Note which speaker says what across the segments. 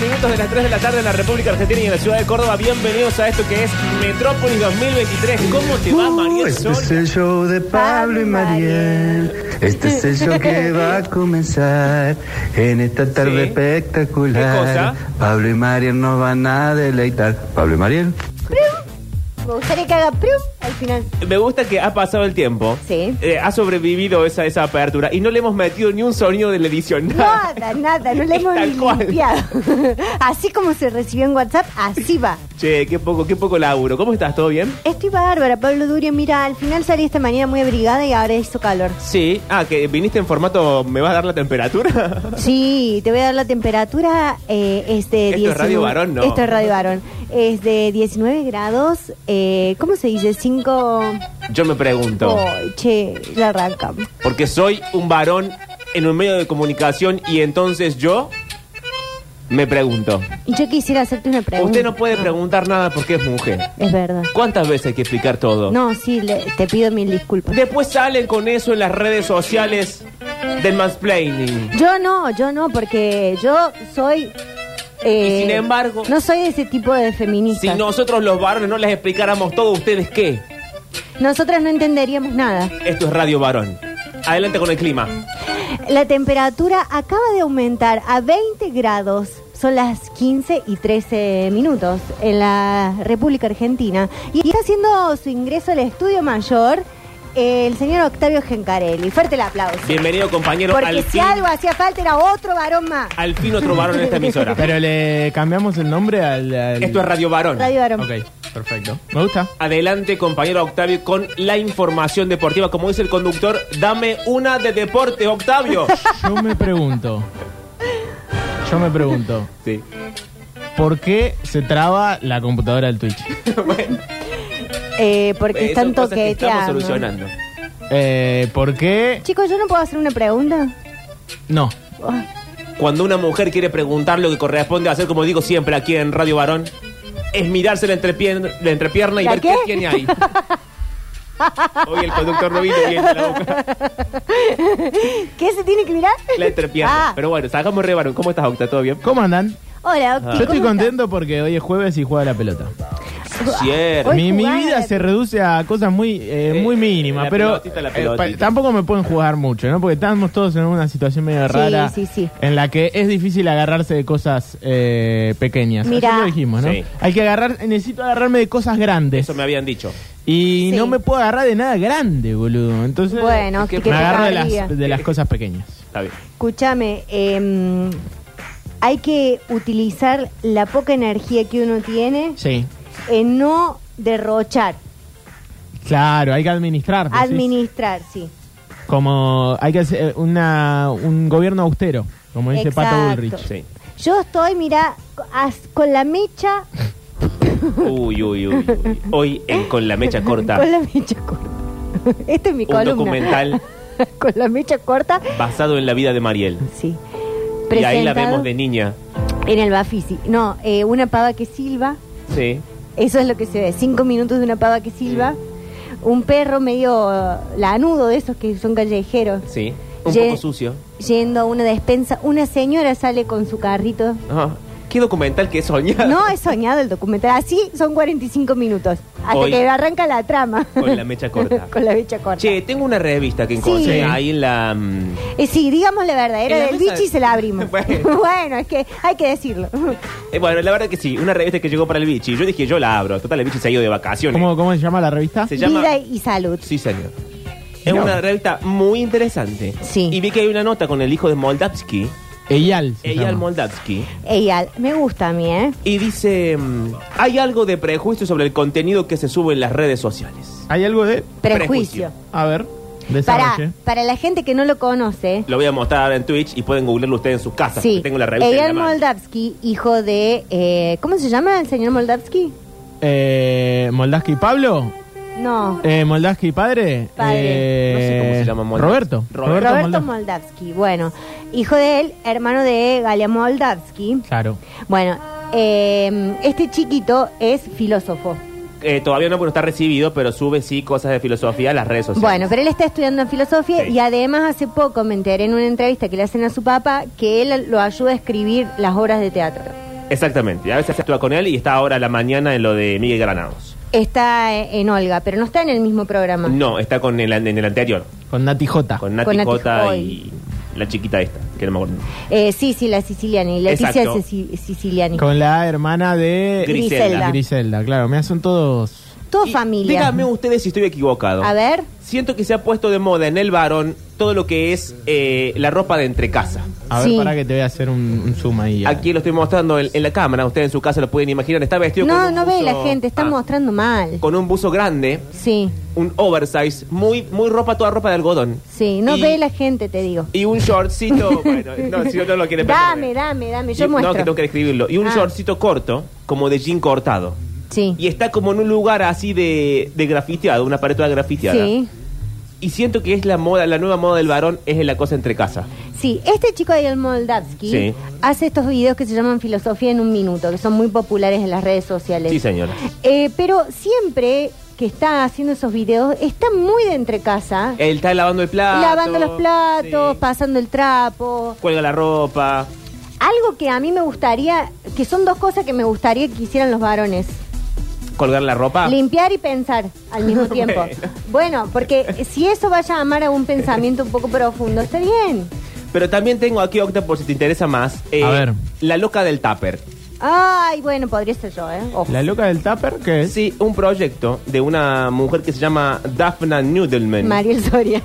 Speaker 1: minutos de las 3 de la tarde en la República Argentina y en la ciudad de Córdoba. Bienvenidos a esto que es Metrópolis 2023. ¿Cómo te va, María
Speaker 2: este es el show de Pablo y Mariel. Este es el show que va a comenzar en esta tarde
Speaker 1: Sí.
Speaker 2: espectacular.
Speaker 1: ¿Qué cosa?
Speaker 2: Pablo y Mariel nos van a deleitar. Pablo y Mariel.
Speaker 3: Me gustaría que haga priu al final.
Speaker 1: Me gusta que ha pasado el tiempo.
Speaker 3: Sí.
Speaker 1: Eh, ha sobrevivido esa, esa apertura y no le hemos metido ni un sonido de la edición. Nada.
Speaker 3: Nada, nada, no le
Speaker 1: Es
Speaker 3: hemos
Speaker 1: tal
Speaker 3: ni
Speaker 1: cual.
Speaker 3: limpiado. Así como se recibió en WhatsApp, así va.
Speaker 1: Che, qué poco, qué poco laburo. ¿Cómo estás? ¿Todo bien?
Speaker 3: Estoy bárbara, Pablo Durio. Mira, al final salí esta mañana muy abrigada y ahora hizo calor.
Speaker 1: Sí. Ah, que viniste en formato ¿me vas a dar la temperatura?
Speaker 3: Sí, te voy a dar la temperatura. eh, es de
Speaker 1: Esto es Radio Varón, ¿no?
Speaker 3: Esto es Radio Varón. Es de 19 grados. eh, ¿Cómo se dice? 5.
Speaker 1: Yo me pregunto,
Speaker 3: Oh. che, la arrancamos.
Speaker 1: porque soy un varón en un medio de comunicación y entonces yo me pregunto.
Speaker 3: Y yo quisiera hacerte una pregunta.
Speaker 1: Usted no puede preguntar nada porque es mujer.
Speaker 3: Es verdad.
Speaker 1: ¿Cuántas veces hay que explicar todo?
Speaker 3: No, sí, le- te pido mil disculpas.
Speaker 1: Después salen con eso en las redes sociales del mansplaining.
Speaker 3: Yo no, yo no, porque yo soy. eh,
Speaker 1: Y sin embargo-
Speaker 3: No soy ese tipo de
Speaker 1: Si
Speaker 3: feminista.
Speaker 1: nosotros los varones no les explicáramos todo, ¿ustedes qué?
Speaker 3: Nosotras no entenderíamos nada.
Speaker 1: Esto es Radio Varón. Adelante con el clima.
Speaker 3: La temperatura acaba de aumentar a 20 grados. Son las 15 y 13 minutos en la República Argentina. Y está haciendo su ingreso al estudio mayor eh, el señor Octavio Gencarelli. Fuerte el aplauso.
Speaker 1: Bienvenido, compañero.
Speaker 3: Porque
Speaker 1: al,
Speaker 3: si
Speaker 1: fin, Ah,
Speaker 3: algo hacía falta era otro varón más.
Speaker 1: al fin otro varón en esta emisora.
Speaker 4: Pero le cambiamos el nombre al. al-
Speaker 1: Esto es Radio Varón.
Speaker 3: Radio varón.
Speaker 4: Ok, perfecto. Me gusta.
Speaker 1: Adelante, compañero Octavio, con la información deportiva. Como dice el conductor, dame una de deporte, Octavio.
Speaker 4: Yo me pregunto. Yo me pregunto.
Speaker 1: Sí.
Speaker 4: ¿Por qué se traba la computadora del Twitch?
Speaker 1: Bueno,
Speaker 3: Eh, porque
Speaker 1: eh, son
Speaker 3: están
Speaker 1: cosas que estamos
Speaker 3: toqueteando.
Speaker 1: solucionando.
Speaker 4: Eh, ¿Por qué?
Speaker 3: Chicos, yo no puedo hacer una pregunta.
Speaker 4: No.
Speaker 3: Ay.
Speaker 1: Cuando una mujer quiere preguntar lo que corresponde hacer, como digo siempre aquí en Radio Varón, es mirarse la, entrepier- la entrepierna y
Speaker 3: ¿La
Speaker 1: ver qué?
Speaker 3: qué?
Speaker 1: tiene ahí. Hoy el conductor no vino bien de la boca.
Speaker 3: ¿Qué se tiene que mirar?
Speaker 1: La entrepierna.
Speaker 3: Ah,
Speaker 1: Pero Ah. bueno, sacamos Re Varón. ¿Cómo estás, Octa? ¿Todo bien?
Speaker 4: ¿Cómo andan?
Speaker 3: Hola, Octi,
Speaker 4: Yo estoy
Speaker 3: ¿cómo estás?
Speaker 4: contento porque hoy es jueves y juega la pelota.
Speaker 3: ah,
Speaker 1: Cierto.
Speaker 3: Hoy
Speaker 4: Mi, mi
Speaker 3: jugás.
Speaker 4: vida se reduce a cosas muy eh,
Speaker 1: Eh,
Speaker 4: muy mínimas,
Speaker 1: la
Speaker 4: pero
Speaker 1: pelotita, la
Speaker 4: eh,
Speaker 1: pelotita.
Speaker 4: pa- tampoco me pueden jugar mucho, ¿no? Porque estamos todos en una situación medio
Speaker 3: Sí,
Speaker 4: rara
Speaker 3: sí, sí.
Speaker 4: en la que es difícil agarrarse de cosas eh, pequeñas.
Speaker 3: Mira.
Speaker 4: Ayer lo dijimos, ¿no?
Speaker 1: Sí.
Speaker 4: Hay que agarrar, necesito agarrarme de cosas grandes.
Speaker 1: Eso me habían dicho.
Speaker 4: Y
Speaker 3: Sí.
Speaker 4: no me puedo agarrar de nada grande, boludo. Entonces
Speaker 3: Bueno, Osti, ¿qué
Speaker 4: me
Speaker 3: te
Speaker 4: agarro de
Speaker 3: daría?
Speaker 4: las, de las cosas pequeñas.
Speaker 1: Está bien.
Speaker 3: Escúchame, eh, hay que utilizar la poca energía que uno tiene
Speaker 4: Sí. Ah,
Speaker 3: en no derrochar,
Speaker 4: Claro, hay que administrar. decís.
Speaker 3: administrar, sí.
Speaker 4: Como hay que hacer una, un gobierno austero, como dice Pato
Speaker 3: Exacto.
Speaker 4: Bullrich.
Speaker 1: Sí.
Speaker 3: Yo estoy, mira, as- con la mecha,
Speaker 1: Uy, uy, uy. uy. Hoy en Con la Mecha Corta,
Speaker 3: con la mecha corta. Este es mi
Speaker 1: Un
Speaker 3: columna.
Speaker 1: documental.
Speaker 3: con la mecha corta,
Speaker 1: basado en la vida de Mariel.
Speaker 3: sí.
Speaker 1: Y ahí la
Speaker 3: Presentado
Speaker 1: vemos de niña.
Speaker 3: En el Bafisi. No, eh, una pava que silba.
Speaker 1: Sí.
Speaker 3: Eso es lo que se ve. Cinco minutos de una pava que silba. Un perro medio eh, lanudo de esos que son callejeros.
Speaker 1: Sí. Un
Speaker 3: Ye-
Speaker 1: poco sucio.
Speaker 3: Yendo a una despensa. Una señora sale con su carrito.
Speaker 1: Ajá. Qué documental que soñado.
Speaker 3: No, he soñado el documental. Así son 45 minutos. Hasta
Speaker 1: Hoy-
Speaker 3: que arranca la trama.
Speaker 1: Con la mecha corta.
Speaker 3: con la mecha corta.
Speaker 1: Che, tengo una revista que encontré
Speaker 3: Sí.
Speaker 1: ahí en la. mm,
Speaker 3: Eh, sí, digamos la verdad. Era
Speaker 1: En la
Speaker 3: del
Speaker 1: mesa-
Speaker 3: bichi y se la abrimos.
Speaker 1: Bueno.
Speaker 3: bueno. es que hay que decirlo.
Speaker 1: eh, bueno, la verdad que sí, una revista que llegó para el bichi. Yo dije, yo la abro. Total, el bichi se ha ido de vacaciones.
Speaker 4: ¿Cómo, ¿Cómo se llama la revista?
Speaker 1: Se llama.
Speaker 3: Vida y salud.
Speaker 1: Sí, señor. Es
Speaker 4: No.
Speaker 1: una revista muy interesante.
Speaker 3: Sí.
Speaker 1: Y vi que hay una nota con el hijo de Moldavsky,
Speaker 4: Eyal. se
Speaker 1: Eyal
Speaker 4: llama.
Speaker 1: Moldavsky,
Speaker 3: Ey, Al, me gusta a mí, ¿eh?
Speaker 1: y dice, mm, hay algo de prejuicio sobre el contenido que se sube en las redes sociales.
Speaker 4: Hay algo de.
Speaker 3: Prejuicio.
Speaker 4: A ver.
Speaker 3: Para,
Speaker 4: Desarrolle.
Speaker 3: para la gente que no lo conoce,
Speaker 1: Lo voy a mostrar ahora en Twitch y pueden googlearlo ustedes en sus casas.
Speaker 3: sí,
Speaker 1: porque Tengo la revista. en la
Speaker 3: Eyal
Speaker 1: mano.
Speaker 3: Moldavsky, hijo de, eh, ¿cómo se llama el señor Moldavsky?
Speaker 4: Eh, Moldaski Pablo.
Speaker 3: No,
Speaker 4: Eh, Moldaski padre.
Speaker 3: Padre.
Speaker 4: Eh,
Speaker 1: No sé cómo se llama Moldavsky.
Speaker 4: Roberto.
Speaker 1: Roberto
Speaker 4: Roberto,
Speaker 3: Roberto
Speaker 4: Moldavsky.
Speaker 3: Moldavsky. Bueno, hijo de él, hermano de Galia Moldavsky.
Speaker 4: Claro.
Speaker 3: Bueno, eh, este chiquito es filósofo.
Speaker 1: Eh, todavía no, porque no está recibido, pero sube sí cosas de filosofía a las redes sociales.
Speaker 3: Bueno, pero él está estudiando en filosofía
Speaker 1: Sí.
Speaker 3: y además hace poco me enteré en una entrevista que le hacen a su papá que él lo ayuda a escribir las obras de teatro.
Speaker 1: Exactamente. A veces se actúa con él y está ahora a la mañana en lo de Miguel Granados.
Speaker 3: Está eh, en Olga, pero no está en el mismo programa.
Speaker 1: No, está con el, en el anterior,
Speaker 4: Con Nati J.
Speaker 1: con Nati
Speaker 3: Ah. Con Nati
Speaker 1: Jota y
Speaker 3: Joy.
Speaker 1: la chiquita esta, que no me acuerdo.
Speaker 3: Eh, sí, sí, la Siciliani, Leticia
Speaker 1: Exacto.
Speaker 3: Ceci- Siciliani.
Speaker 4: Con la hermana de
Speaker 1: Griselda.
Speaker 4: Griselda, Griselda, claro. Me hacen todos.
Speaker 3: Todo
Speaker 1: Y
Speaker 3: familia.
Speaker 1: Díganme ustedes si estoy equivocado.
Speaker 3: A ver,
Speaker 1: Siento que se ha puesto de moda en el varón todo lo que es eh, la ropa de entrecasa.
Speaker 4: A
Speaker 3: Sí.
Speaker 4: ver, para que te voy a hacer un, un zoom ahí.
Speaker 1: Aquí lo estoy mostrando en, en la cámara, ustedes en su casa lo pueden imaginar. Está vestido con
Speaker 3: no,
Speaker 1: un
Speaker 3: no ve
Speaker 1: buzo-
Speaker 3: la gente, está
Speaker 1: Ah,
Speaker 3: mostrando mal.
Speaker 1: Con un buzo grande,
Speaker 3: Sí,
Speaker 1: un oversize, muy, muy ropa, toda ropa de algodón.
Speaker 3: sí, no
Speaker 1: Y-
Speaker 3: ve la gente, te digo.
Speaker 1: Y un shortcito, bueno, no, si no, no lo quieren ver,
Speaker 3: Dame,
Speaker 1: no.
Speaker 3: dame, dame,
Speaker 1: Y-
Speaker 3: yo muestro.
Speaker 1: No, que tengo que describirlo. Y un
Speaker 3: Ah.
Speaker 1: shortcito corto, como de jean cortado.
Speaker 3: Sí,
Speaker 1: Y está como en un lugar así de, de grafiteado, una pared toda grafiteada.
Speaker 3: sí.
Speaker 1: Y siento que es la moda, la nueva moda del varón es la cosa entre casa.
Speaker 3: Sí, este chico de El Moldavsky
Speaker 1: Sí.
Speaker 3: hace estos videos que se llaman Filosofía en un Minuto, que son muy populares en las redes sociales.
Speaker 1: Sí, señora.
Speaker 3: Eh, pero siempre que está haciendo esos videos, está muy de entre casa,
Speaker 1: Él está lavando el plato.
Speaker 3: lavando los platos,
Speaker 1: sí,
Speaker 3: pasando el trapo.
Speaker 1: Cuelga la ropa.
Speaker 3: Algo que a mí me gustaría, que son dos cosas que me gustaría que hicieran los varones.
Speaker 1: Colgar la ropa.
Speaker 3: Limpiar y pensar al mismo tiempo.
Speaker 1: Ah. Bueno.
Speaker 3: bueno, porque si eso va a llamar a un pensamiento un poco profundo, está bien.
Speaker 1: Pero también tengo aquí, Octa, por si te interesa más. eh,
Speaker 4: A ver.
Speaker 1: La loca del tupper.
Speaker 3: Ay, bueno, podría ser yo, ¿eh? Ojo.
Speaker 4: La loca del tupper, ¿qué es?
Speaker 1: Sí, un proyecto de una mujer que se llama Daphna Nudelman.
Speaker 3: Mariel Soria.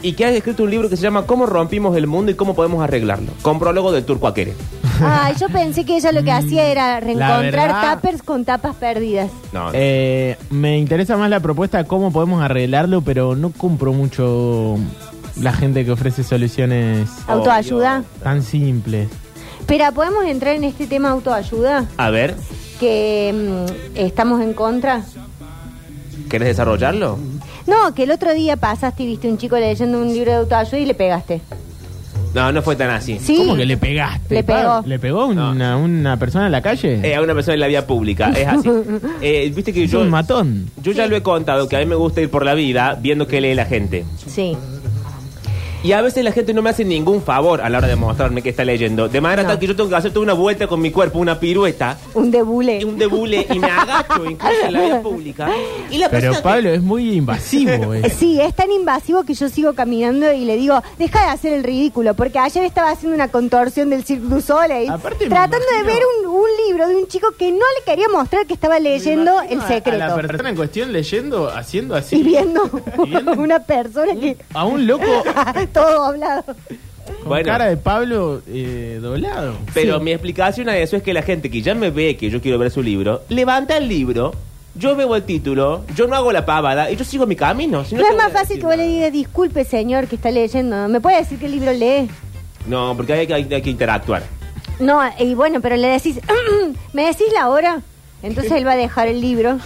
Speaker 1: y que ha escrito un libro que se llama Cómo rompimos el mundo y cómo podemos arreglarlo. Con prólogo del Turco Aquere.
Speaker 3: Ay, yo pensé que ella lo que hacía era
Speaker 4: verdad-
Speaker 3: reencontrar tuppers con tapas perdidas.
Speaker 1: No, no.
Speaker 4: Eh, me interesa más la propuesta de cómo podemos arreglarlo, pero no compro mucho la gente que ofrece soluciones
Speaker 3: Autoayuda.
Speaker 4: tan simples.
Speaker 3: Pero podemos entrar en este tema autoayuda
Speaker 1: A ver,
Speaker 3: que mm, estamos en contra.
Speaker 1: ¿querés desarrollarlo?
Speaker 3: No, que el otro día pasaste y viste un chico leyendo un libro de autoayuda y le pegaste.
Speaker 1: No, no fue tan así.
Speaker 3: Sí.
Speaker 4: ¿Cómo que le pegaste?
Speaker 3: Le
Speaker 4: Pablo?
Speaker 3: pegó.
Speaker 4: ¿Le pegó
Speaker 1: No.
Speaker 4: una, una persona en la calle?
Speaker 1: Eh, a una persona en la vía pública, es así. Eh, Viste que
Speaker 4: es
Speaker 1: yo...
Speaker 4: un matón.
Speaker 1: Yo ya lo he contado, que a mí me gusta ir por la vida viendo qué lee la gente.
Speaker 3: Sí.
Speaker 1: Y a veces la gente no me hace ningún favor a la hora de mostrarme que está leyendo. De manera
Speaker 3: No.
Speaker 1: tal que yo tengo que hacer toda una vuelta con mi cuerpo, una pirueta,
Speaker 3: Un debule.
Speaker 1: un debule y me agacho incluso en la vía pública. Y la persona
Speaker 4: Pero
Speaker 1: que-
Speaker 4: Pablo es muy invasivo. eh.
Speaker 3: Sí, es tan invasivo que yo sigo caminando y le digo, deja de hacer el ridículo, porque ayer estaba haciendo una contorsión del Cirque du Soleil,
Speaker 4: Aparte, me
Speaker 3: tratando de
Speaker 4: imagino-
Speaker 3: ver un, un libro de un chico que no le quería mostrar que estaba leyendo
Speaker 4: Me
Speaker 3: El
Speaker 4: imagino a- A, la
Speaker 3: Secreto.
Speaker 4: persona en cuestión leyendo, haciendo así.
Speaker 3: Y viendo
Speaker 4: Y viendo
Speaker 3: una persona que...
Speaker 4: A un loco
Speaker 3: todo hablado.
Speaker 4: con
Speaker 1: Bueno.
Speaker 4: cara de Pablo eh, doblado.
Speaker 1: Pero mi explicación a eso es que la gente que ya me ve que yo quiero ver su libro, levanta el libro, yo veo el título, yo no hago la pavada y yo sigo mi camino. si
Speaker 3: No,
Speaker 1: te
Speaker 3: es
Speaker 1: voy a
Speaker 3: más fácil
Speaker 1: decir
Speaker 3: que vos le
Speaker 1: nada.
Speaker 3: digas, disculpe señor que está leyendo, ¿me puede decir qué libro lee?
Speaker 1: No, porque hay que, hay que interactuar.
Speaker 3: No, y bueno, pero le decís, ¿me decís la hora? Entonces él va a dejar el libro.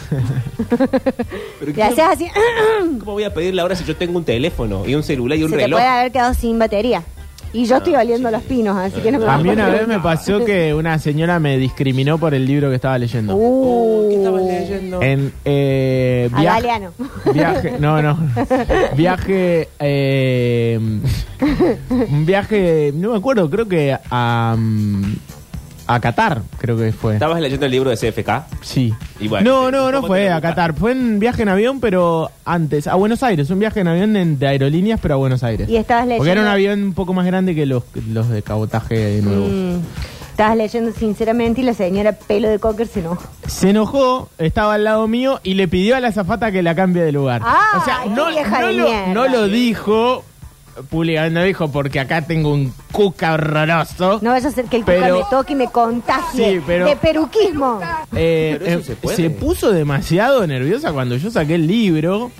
Speaker 1: Pero
Speaker 3: Le haces así,
Speaker 1: ¿Cómo voy a pedirle ahora si yo tengo un teléfono y un celular y un
Speaker 3: Mm. se te
Speaker 1: reloj?
Speaker 3: puede haber quedado sin batería. Y yo estoy oliendo los pinos, así que no me
Speaker 4: A mí
Speaker 3: voy
Speaker 4: una
Speaker 3: poner-
Speaker 4: vez me pasó que una señora me discriminó por el libro que estaba leyendo.
Speaker 3: Uh,
Speaker 1: Oh, ¿Qué estabas leyendo?
Speaker 4: En eh,
Speaker 3: A
Speaker 4: viaje-
Speaker 3: Galeano.
Speaker 4: Viaje, no, no. Viaje. eh, un viaje, no me acuerdo, creo que a. mm, a Qatar, creo que fue.
Speaker 1: ¿Estabas leyendo el libro de CFK?
Speaker 4: Sí.
Speaker 1: Y bueno,
Speaker 4: no, no,
Speaker 1: ¿cómo
Speaker 4: no
Speaker 1: te
Speaker 4: fue
Speaker 1: lo
Speaker 4: a
Speaker 1: gusta?
Speaker 4: Qatar. Fue un viaje en avión, pero antes, a Buenos Aires. Un viaje en avión en- de aerolíneas, pero a Buenos Aires.
Speaker 3: Y estabas leyendo.
Speaker 4: Porque era un avión un poco más grande que los, los de cabotaje nuevos.
Speaker 3: Mm, estabas leyendo sinceramente y la señora pelo de cocker se enojó.
Speaker 4: Se enojó, estaba al lado mío y le pidió a la zafata que la cambie de lugar.
Speaker 3: Ah,
Speaker 4: o sea,
Speaker 3: qué
Speaker 4: no,
Speaker 3: vieja
Speaker 4: no
Speaker 3: de
Speaker 4: lo,
Speaker 3: mierda.
Speaker 4: no lo dijo públicamente, no dijo porque acá tengo un cuca horroroso.
Speaker 3: No vaya a ser que el
Speaker 4: Pero-
Speaker 3: cuca me toque y me contagie
Speaker 4: Sí, pero-
Speaker 3: de peruquismo.
Speaker 4: Eh,
Speaker 1: Pero eso
Speaker 4: eh,
Speaker 1: se puede.
Speaker 4: puso demasiado nerviosa cuando yo saqué el libro.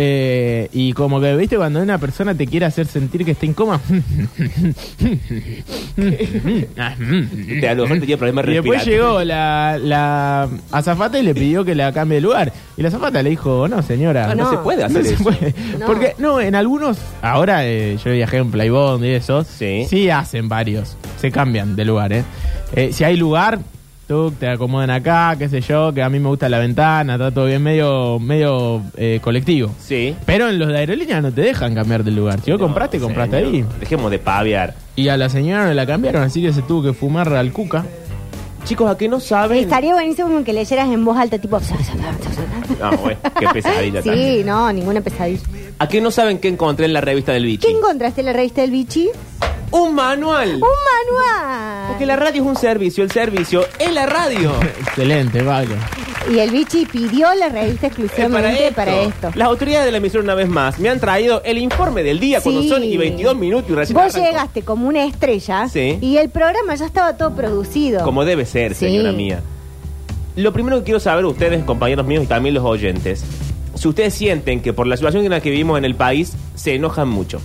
Speaker 4: eh, y como que, viste, cuando una persona te quiere hacer sentir que está en coma.
Speaker 1: Te- a lo mejor tenía problemas
Speaker 4: Mm-hmm. Y después
Speaker 1: respiratorios.
Speaker 4: llegó la, la azafata y le pidió que la cambie de lugar. Y la azafata le dijo, no señora.
Speaker 1: Ah, no,
Speaker 3: No.
Speaker 1: se puede hacer
Speaker 4: No se
Speaker 1: eso.
Speaker 4: puede.
Speaker 3: No.
Speaker 4: Porque, no, en algunos, ahora eh, yo viajé en Playbond y eso,
Speaker 1: Sí.
Speaker 4: hacen varios, se cambian de lugar, ¿eh? Eh, si hay lugar, tú te acomodan acá, qué sé yo, que a mí me gusta la ventana, está todo bien, medio, medio eh, colectivo.
Speaker 1: Sí.
Speaker 4: Pero en los de aerolíneas no te dejan cambiar de lugar. Si vos compraste,
Speaker 1: No,
Speaker 4: compraste
Speaker 1: señor.
Speaker 4: ahí.
Speaker 1: Dejemos de paviar.
Speaker 4: Y a la señora no la cambiaron, así que se tuvo que fumar al cuca.
Speaker 1: Chicos, ¿a qué no saben?
Speaker 3: Estaría buenísimo que leyeras en voz alta, tipo.
Speaker 1: No, Ah, bueno, qué pesadilla
Speaker 3: Sí,
Speaker 1: también.
Speaker 3: no, ninguna pesadilla.
Speaker 1: ¿A qué no saben que encontré en la revista del bichi?
Speaker 3: ¿Qué encontraste en la revista del bichi?
Speaker 1: ¡Un manual!
Speaker 3: ¡Un manual!
Speaker 1: Porque la radio es un servicio, el servicio es la radio.
Speaker 4: Excelente, vale.
Speaker 3: Y el bichi pidió la revista
Speaker 1: Es Eh, para
Speaker 3: exclusivamente
Speaker 1: esto.
Speaker 3: para esto.
Speaker 1: Las autoridades de la emisora, una vez más, me han traído el informe del día cuando
Speaker 3: Sí.
Speaker 1: son y 22 minutos y recién
Speaker 3: Vos
Speaker 1: arrancó.
Speaker 3: llegaste como una estrella
Speaker 1: Sí.
Speaker 3: y el programa ya estaba todo producido.
Speaker 1: Como debe ser,
Speaker 3: Sí.
Speaker 1: señora mía. Lo primero que quiero saber, ustedes, compañeros míos y también los oyentes, si ustedes sienten que por la situación en la que vivimos en el país se enojan mucho.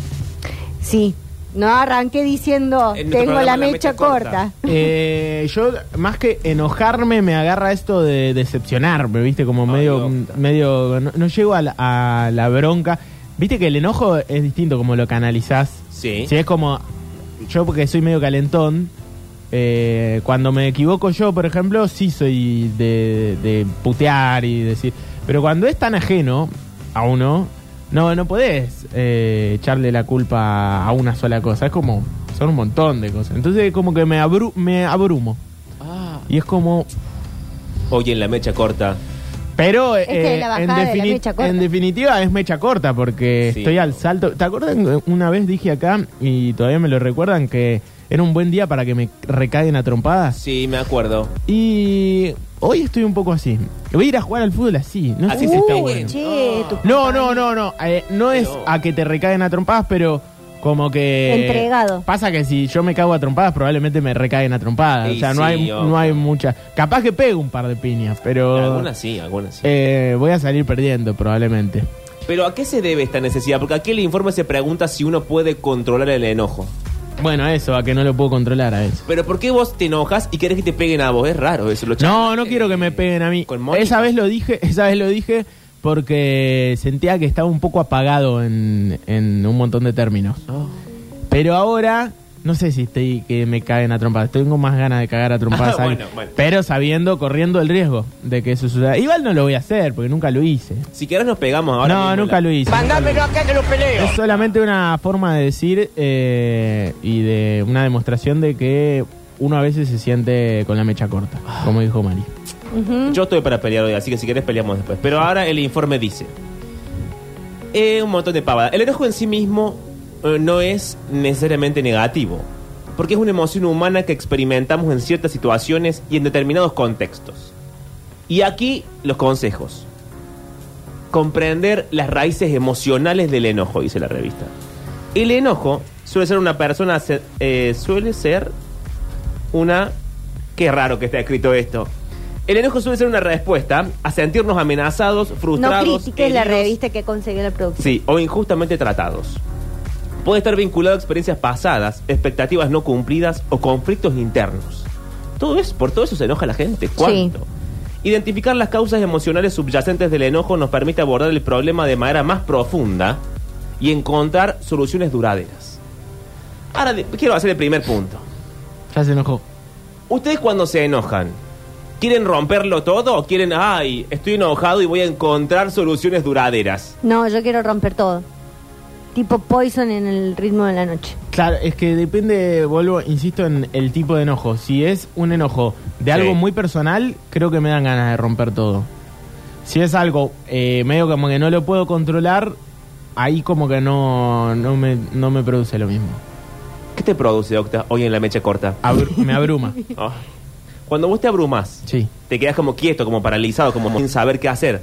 Speaker 3: Sí. No arranqué diciendo,
Speaker 1: En nuestro
Speaker 3: tengo
Speaker 1: programa
Speaker 3: la mecha, corta.
Speaker 4: Eh, yo, más que enojarme, me agarra esto de decepcionarme, ¿viste? Como medio.
Speaker 1: doctor.
Speaker 4: medio no, no llego a la, a la bronca. Viste que el enojo es distinto como lo canalizás.
Speaker 1: Sí.
Speaker 4: Si es como. Yo, porque soy medio calentón. eh, cuando me equivoco yo, por ejemplo, sí soy de, de putear y decir. Pero cuando es tan ajeno a uno, no, no podés eh, echarle la culpa a una sola cosa. Es como. Son un montón de cosas. Entonces, como que me, abru- me abrumo. Y es como.
Speaker 1: Hoy en la mecha corta.
Speaker 4: Pero
Speaker 3: Esta
Speaker 4: eh,
Speaker 3: es la
Speaker 4: en,
Speaker 3: bajada de la
Speaker 4: defini-
Speaker 3: mecha corta.
Speaker 4: en definitiva es mecha corta porque
Speaker 1: Sí.
Speaker 4: estoy al salto. ¿Te acuerdas? Una vez dije acá y todavía me lo recuerdan que era un buen día para que me recaigan a trompadas.
Speaker 1: Sí, me acuerdo.
Speaker 4: Y hoy estoy un poco así. Voy a ir a jugar al fútbol así. No sé
Speaker 1: Así
Speaker 4: si
Speaker 1: se
Speaker 4: está
Speaker 1: está
Speaker 4: bueno.
Speaker 1: bien.
Speaker 3: Che, tu
Speaker 4: No, no, no, no. Eh, no es
Speaker 1: Pero-
Speaker 4: a que te recaen a trompadas, pero como que.
Speaker 3: Entregado.
Speaker 4: Pasa que si yo me cago a trompadas, probablemente me recaen a trompadas.
Speaker 1: Y
Speaker 4: o sea,
Speaker 1: sí,
Speaker 4: no, hay,
Speaker 1: ojo.
Speaker 4: no hay mucha. Capaz que pego un par de piñas, pero.
Speaker 1: Ah. Algunas sí, algunas sí.
Speaker 4: Eh, voy a salir perdiendo probablemente.
Speaker 1: Pero ¿a qué se debe esta necesidad? Porque aquí el informe se pregunta si uno puede controlar el enojo.
Speaker 4: Bueno, eso, a que no lo puedo controlar a eso.
Speaker 1: Pero ¿por qué vos te enojas y querés que te peguen a vos? Es raro eso. Lo
Speaker 4: No,
Speaker 1: charlamos
Speaker 4: no
Speaker 1: en-
Speaker 4: quiero que me peguen a mí.
Speaker 1: eh, Con Mónica.
Speaker 4: Esa vez lo dije, esa vez lo dije porque sentía que estaba un poco apagado en, en un montón de términos.
Speaker 1: Oh.
Speaker 4: Pero ahora, no sé si estoy que me caguen a trompadas. Tengo más ganas de cagar a trompadas.
Speaker 1: Ah,
Speaker 4: a-
Speaker 1: bueno, bueno.
Speaker 4: Pero sabiendo, corriendo el riesgo de que eso suceda. Igual no lo voy a hacer porque nunca lo hice.
Speaker 1: Si querés nos pegamos ahora.
Speaker 4: no, nunca lo hice. Es solamente una forma de decir eh, y de una demostración de que uno a veces se siente con la mecha corta, como dijo Mari.
Speaker 1: hice. Yo estoy para pelear hoy, así que si querés peleamos después. Pero ahora el informe dice. eh, un montón de pavada. El enojo en sí mismo eh, no es necesariamente negativo. Porque es una emoción humana que experimentamos en ciertas situaciones y en determinados contextos. Y aquí los consejos. Comprender las raíces emocionales del enojo, dice la revista. El enojo suele ser una persona, se- eh, suele ser una... Qué raro que está escrito esto. El enojo suele ser una respuesta a sentirnos amenazados,
Speaker 3: no
Speaker 1: frustrados.
Speaker 3: critiques la
Speaker 1: heridos,
Speaker 3: revista que consiguió la producción.
Speaker 1: Sí, o injustamente tratados. Puede estar vinculado a experiencias pasadas, expectativas no cumplidas o conflictos internos. Todo es, por todo eso se enoja la gente. ¿Cuánto?
Speaker 3: Sí.
Speaker 1: Identificar las causas emocionales subyacentes del enojo nos permite abordar el problema de manera más profunda y encontrar soluciones duraderas. Ahora de- quiero hacer el primer punto.
Speaker 4: Ya se enojó.
Speaker 1: ¿Ustedes cuando se enojan? ¿Quieren romperlo todo o quieren, ay, estoy enojado y voy a encontrar soluciones duraderas?
Speaker 3: No, yo quiero romper todo. Tipo Poison en el ritmo de la noche.
Speaker 4: Claro, es que depende, vuelvo, insisto en el tipo de enojo. Si es un enojo de algo
Speaker 1: Sí.
Speaker 4: muy personal, creo que me dan ganas de romper todo. Si es algo eh, medio como que no lo puedo controlar, ahí como que no, no, me, no me produce lo mismo.
Speaker 1: ¿Qué te produce, Octa, hoy en la mecha corta?
Speaker 4: Abru- me abruma.
Speaker 1: Ah. Cuando vos te abrumas,
Speaker 4: Sí,
Speaker 1: te quedas como quieto, como paralizado, como sin saber qué hacer.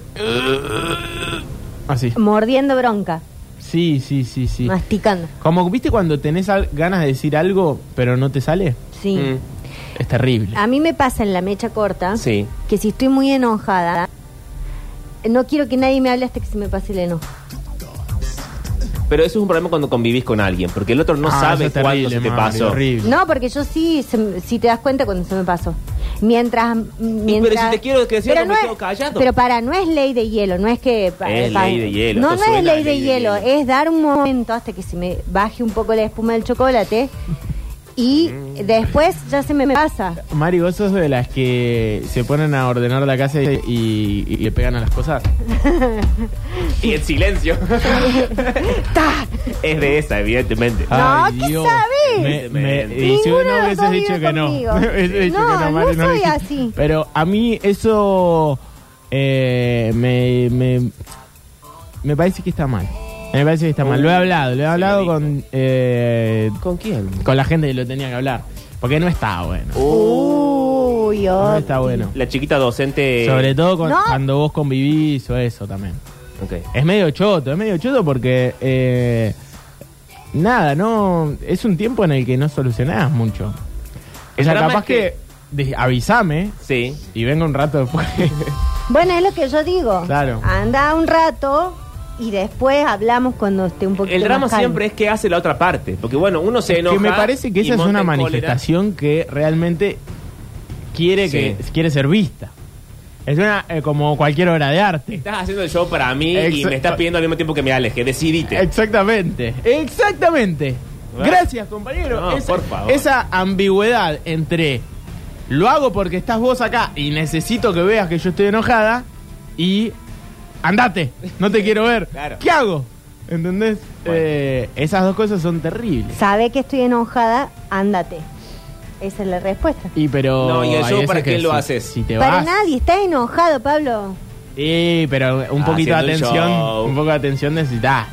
Speaker 4: así.
Speaker 3: Mordiendo bronca,
Speaker 4: Sí, sí, sí, sí.
Speaker 3: masticando.
Speaker 4: Como viste cuando tenés al- ganas de decir algo, pero no te sale.
Speaker 3: Sí.
Speaker 1: Mm,
Speaker 4: Es terrible.
Speaker 3: A mí me pasa en la mecha corta
Speaker 1: Sí.
Speaker 3: que si estoy muy enojada, no quiero que nadie me hable hasta que se me pase el enojo.
Speaker 1: Pero eso es un problema cuando convivís con alguien, porque el otro no
Speaker 4: Ah,
Speaker 1: sabe
Speaker 4: eso es
Speaker 1: cuándo se te
Speaker 4: Mario,
Speaker 1: pasó.
Speaker 4: horrible.
Speaker 3: No, porque yo sí, se m- si te das cuenta cuando se me pasó. Mientras, m- mientras
Speaker 1: pero si te quiero decir
Speaker 3: Pero
Speaker 1: algo, me
Speaker 3: es-
Speaker 1: quedo callado.
Speaker 3: Pero para, no es ley de hielo, no es que pa-
Speaker 1: Es
Speaker 3: pa-
Speaker 1: ley de hielo,
Speaker 3: No,
Speaker 1: esto
Speaker 3: no es
Speaker 1: suena a
Speaker 3: ley de hielo, es dar un momento hasta que se me baje un poco la espuma del chocolate y después ya se me pasa.
Speaker 4: Mari, vos sos de las que se ponen a ordenar la casa y, y- y le pegan a las cosas.
Speaker 1: Y el silencio. es de esa, evidentemente.
Speaker 3: Ah. ¿qué
Speaker 4: Me,
Speaker 3: sabés?
Speaker 4: me-
Speaker 1: Tremendo.
Speaker 4: y si
Speaker 3: Ninguno
Speaker 4: no
Speaker 3: de los
Speaker 4: hubieses
Speaker 3: dos
Speaker 4: dicho
Speaker 3: vive
Speaker 4: que no.
Speaker 3: conmigo.
Speaker 4: Hubiese dicho
Speaker 3: No,
Speaker 4: que
Speaker 3: no
Speaker 4: Mari, lo
Speaker 3: soy
Speaker 4: dijiste.
Speaker 3: así.
Speaker 4: Pero a mí eso eh, me, me, me parece que está mal. Me parece que está mal. Lo he hablado, lo he hablado
Speaker 1: dijo.
Speaker 4: con, eh,
Speaker 1: ¿Con quién?
Speaker 4: con la gente que lo tenía que hablar. Porque no está bueno.
Speaker 3: Uy,
Speaker 4: No
Speaker 3: oh.
Speaker 4: está bueno.
Speaker 1: La chiquita docente.
Speaker 4: Sobre todo con-
Speaker 3: Eh. No.
Speaker 4: cuando vos convivís o eso también.
Speaker 1: Ok.
Speaker 4: Es medio choto, es medio choto porque. eh, nada, no. Es un tiempo en el que no solucionás mucho. O
Speaker 1: El
Speaker 4: sea,
Speaker 1: drama
Speaker 4: capaz
Speaker 1: es
Speaker 4: que.
Speaker 1: que-
Speaker 4: de- avísame
Speaker 1: Sí.
Speaker 4: y vengo un rato después.
Speaker 3: Bueno, es lo que yo digo.
Speaker 4: Claro.
Speaker 3: Anda un rato y después hablamos cuando esté un poquito
Speaker 1: El drama
Speaker 3: más calmo.
Speaker 1: siempre es que hace la otra parte. Porque bueno, uno se enoja.
Speaker 4: que me parece que
Speaker 1: y
Speaker 4: esa es
Speaker 1: monta
Speaker 4: una
Speaker 1: en cólera.
Speaker 4: manifestación que realmente quiere, que,
Speaker 1: Sí.
Speaker 4: quiere ser vista. Es una, eh, como cualquier obra de arte.
Speaker 1: Estás haciendo el show para mí y
Speaker 4: Ex-
Speaker 1: me estás pidiendo al mismo tiempo que me aleje. Decidite.
Speaker 4: Exactamente, exactamente.
Speaker 1: Este. Bueno.
Speaker 4: Gracias, compañero.
Speaker 1: No,
Speaker 4: esa,
Speaker 1: por favor.
Speaker 4: esa ambigüedad entre lo hago porque estás vos acá y necesito que veas que yo estoy enojada y andate, no te quiero ver.
Speaker 1: Claro.
Speaker 4: ¿Qué hago? ¿Entendés?
Speaker 1: Bueno.
Speaker 4: Eh, esas dos cosas son terribles.
Speaker 3: Sabe que estoy enojada, ándate. Esa es la respuesta.
Speaker 4: Y pero
Speaker 1: No, y el
Speaker 4: hay
Speaker 1: show,
Speaker 4: veces
Speaker 1: ¿para
Speaker 4: que
Speaker 1: quién lo
Speaker 4: si-
Speaker 1: haces?
Speaker 4: Si te
Speaker 3: Para
Speaker 4: vas.
Speaker 3: nadie, estás enojado, Pablo.
Speaker 4: Sí, pero un poquito de
Speaker 1: Haciendo el
Speaker 4: atención,
Speaker 1: show.
Speaker 4: un poco de atención necesitas.